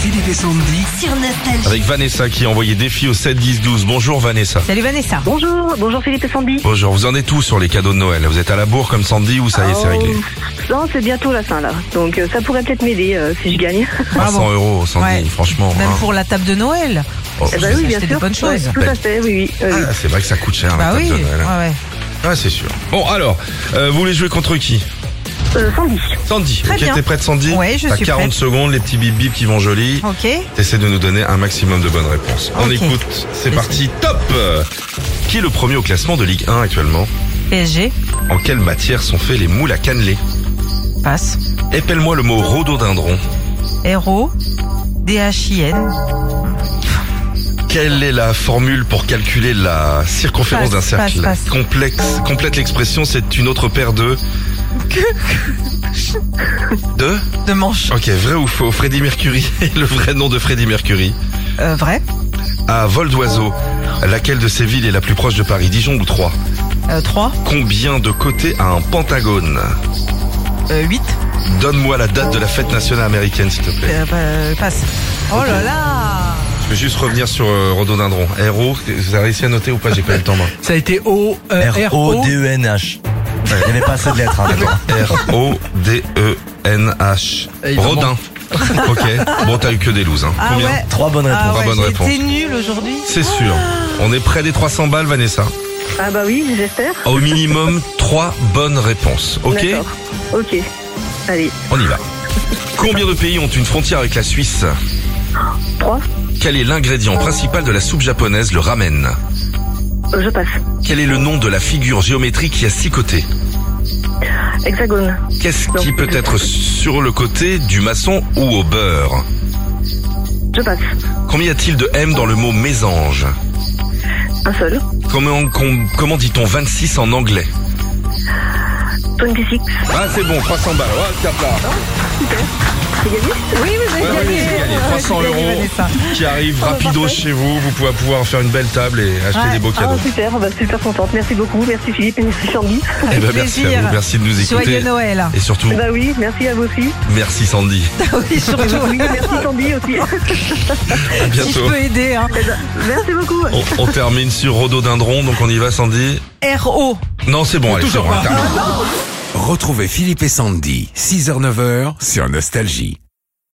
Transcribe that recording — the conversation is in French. Philippe et Sandy. sur Nostalgie. Avec Vanessa qui a envoyé défi au 7 10 12. Bonjour Vanessa. Salut Vanessa. Bonjour, bonjour Philippe et Sandy. Bonjour, vous en êtes où sur les cadeaux de Noël Vous êtes à la bourre comme Sandy ou ça y est, c'est réglé Oh, Non, c'est bientôt la fin là. Donc euh, ça pourrait peut-être m'aider euh, si je gagne. Ah, Bravo. 100 euros Sandy, Ouais. franchement. Même hein. pour la table de Noël. Oh, Eh ben vous oui, ai bien acheté sûr. des bonnes choses. Ouais, tout à fait, oui, Euh, oui. oui. Ah, c'est vrai que ça coûte cher la bah table oui. de Noël. hein. ouais, ouais. Ouais, c'est sûr. Bon alors, euh, vous voulez jouer contre qui Ah. Euh, Sandy. Sandy. Très ok, bien. t'es prête Sandy Ouais, je T'as suis 40 prête. secondes, les petits bip bip qui vont jolis. Ok. T'essaies de nous donner un maximum de bonnes réponses. On Ok. écoute, c'est Merci. parti, top Qui est le premier au classement de Ligue 1 actuellement PSG. En quelle matière sont faits les moules à cannelé Passe. Épelle-moi le mot rhododendron. Héros. DHIN. Quelle est la formule pour calculer la circonférence Passe, d'un cercle passe, passe. Complexe, complète l'expression, c'est une autre paire de... de De manche. Ok, vrai ou faux Freddie Mercury est le vrai nom de Freddie Mercury. Euh, vrai. À vol d'oiseau, laquelle de ces villes est la plus proche de Paris Dijon ou Troyes 3. Combien de côtés a un pentagone 8. Donne-moi la date de la fête nationale américaine, s'il te plaît. euh, passe. Oh là là. Je vais juste revenir sur euh, Rhododendron. Héros, vous avez réussi à noter ou pas J'ai pas eu le temps, moi. Ça a été O, euh, R, O. E R-O-D-E-N-H. Il n'y avait pas assez de lettres. hein, Ah, d'accord. R-O-D-E-N-H. Et il en E Rodin. ok. Bon, t'as eu que des looses, hein. Ah Combien ouais. Trois bonnes réponses. Ah Trois ouais, bonnes j'ai réponses. été nulle aujourd'hui. C'est sûr. On est près des 300 balles, Vanessa. Ah bah oui, j'espère. Au minimum, trois bonnes réponses. Ok D'accord. Ok. Allez, On y va. Combien de pays ont une frontière avec la Suisse trois. Quel est l'ingrédient principal de la soupe japonaise, le ramen Euh, Je passe. Quel est le nom de la figure géométrique qui a six côtés Hexagone. Qu'est-ce qui peut être sur le côté du maçon ou au beurre Je passe. Combien y a-t-il de M dans le mot mésange Un seul. Comment, com- comment dit-on 26 en anglais 26. Ah c'est bon, 300 balles. Ouais, tape là. C'est gagné Oui, oui, Ah, j'ai Ouais, ouais, gagné. c'est gagné. Ouais, 300 j'ai gagné, euros Vanessa. Ah, bah, qui arrivent rapido chez vous. Vous pouvez pouvoir faire une belle table et acheter Ouais. des beaux Ah cadeaux. super, bah, super contente. Merci beaucoup. Merci Philippe et merci Sandy. Eh ben, Avec merci à plaisir. vous, merci de nous écouter. Joyeux Noël. Eh ben, Et surtout, Bah oui, merci à vous aussi. merci Sandy. Oui, surtout. Oui, merci Sandy aussi. À Si je bientôt. peux aider, hein. merci beaucoup. On, on termine sur Rhododendron, donc on y va Sandy. RO. Non, c'est bon, allez, c'est bon, on termine. Retrouvez Philippe et Sandy, 6h-9h sur Nostalgie.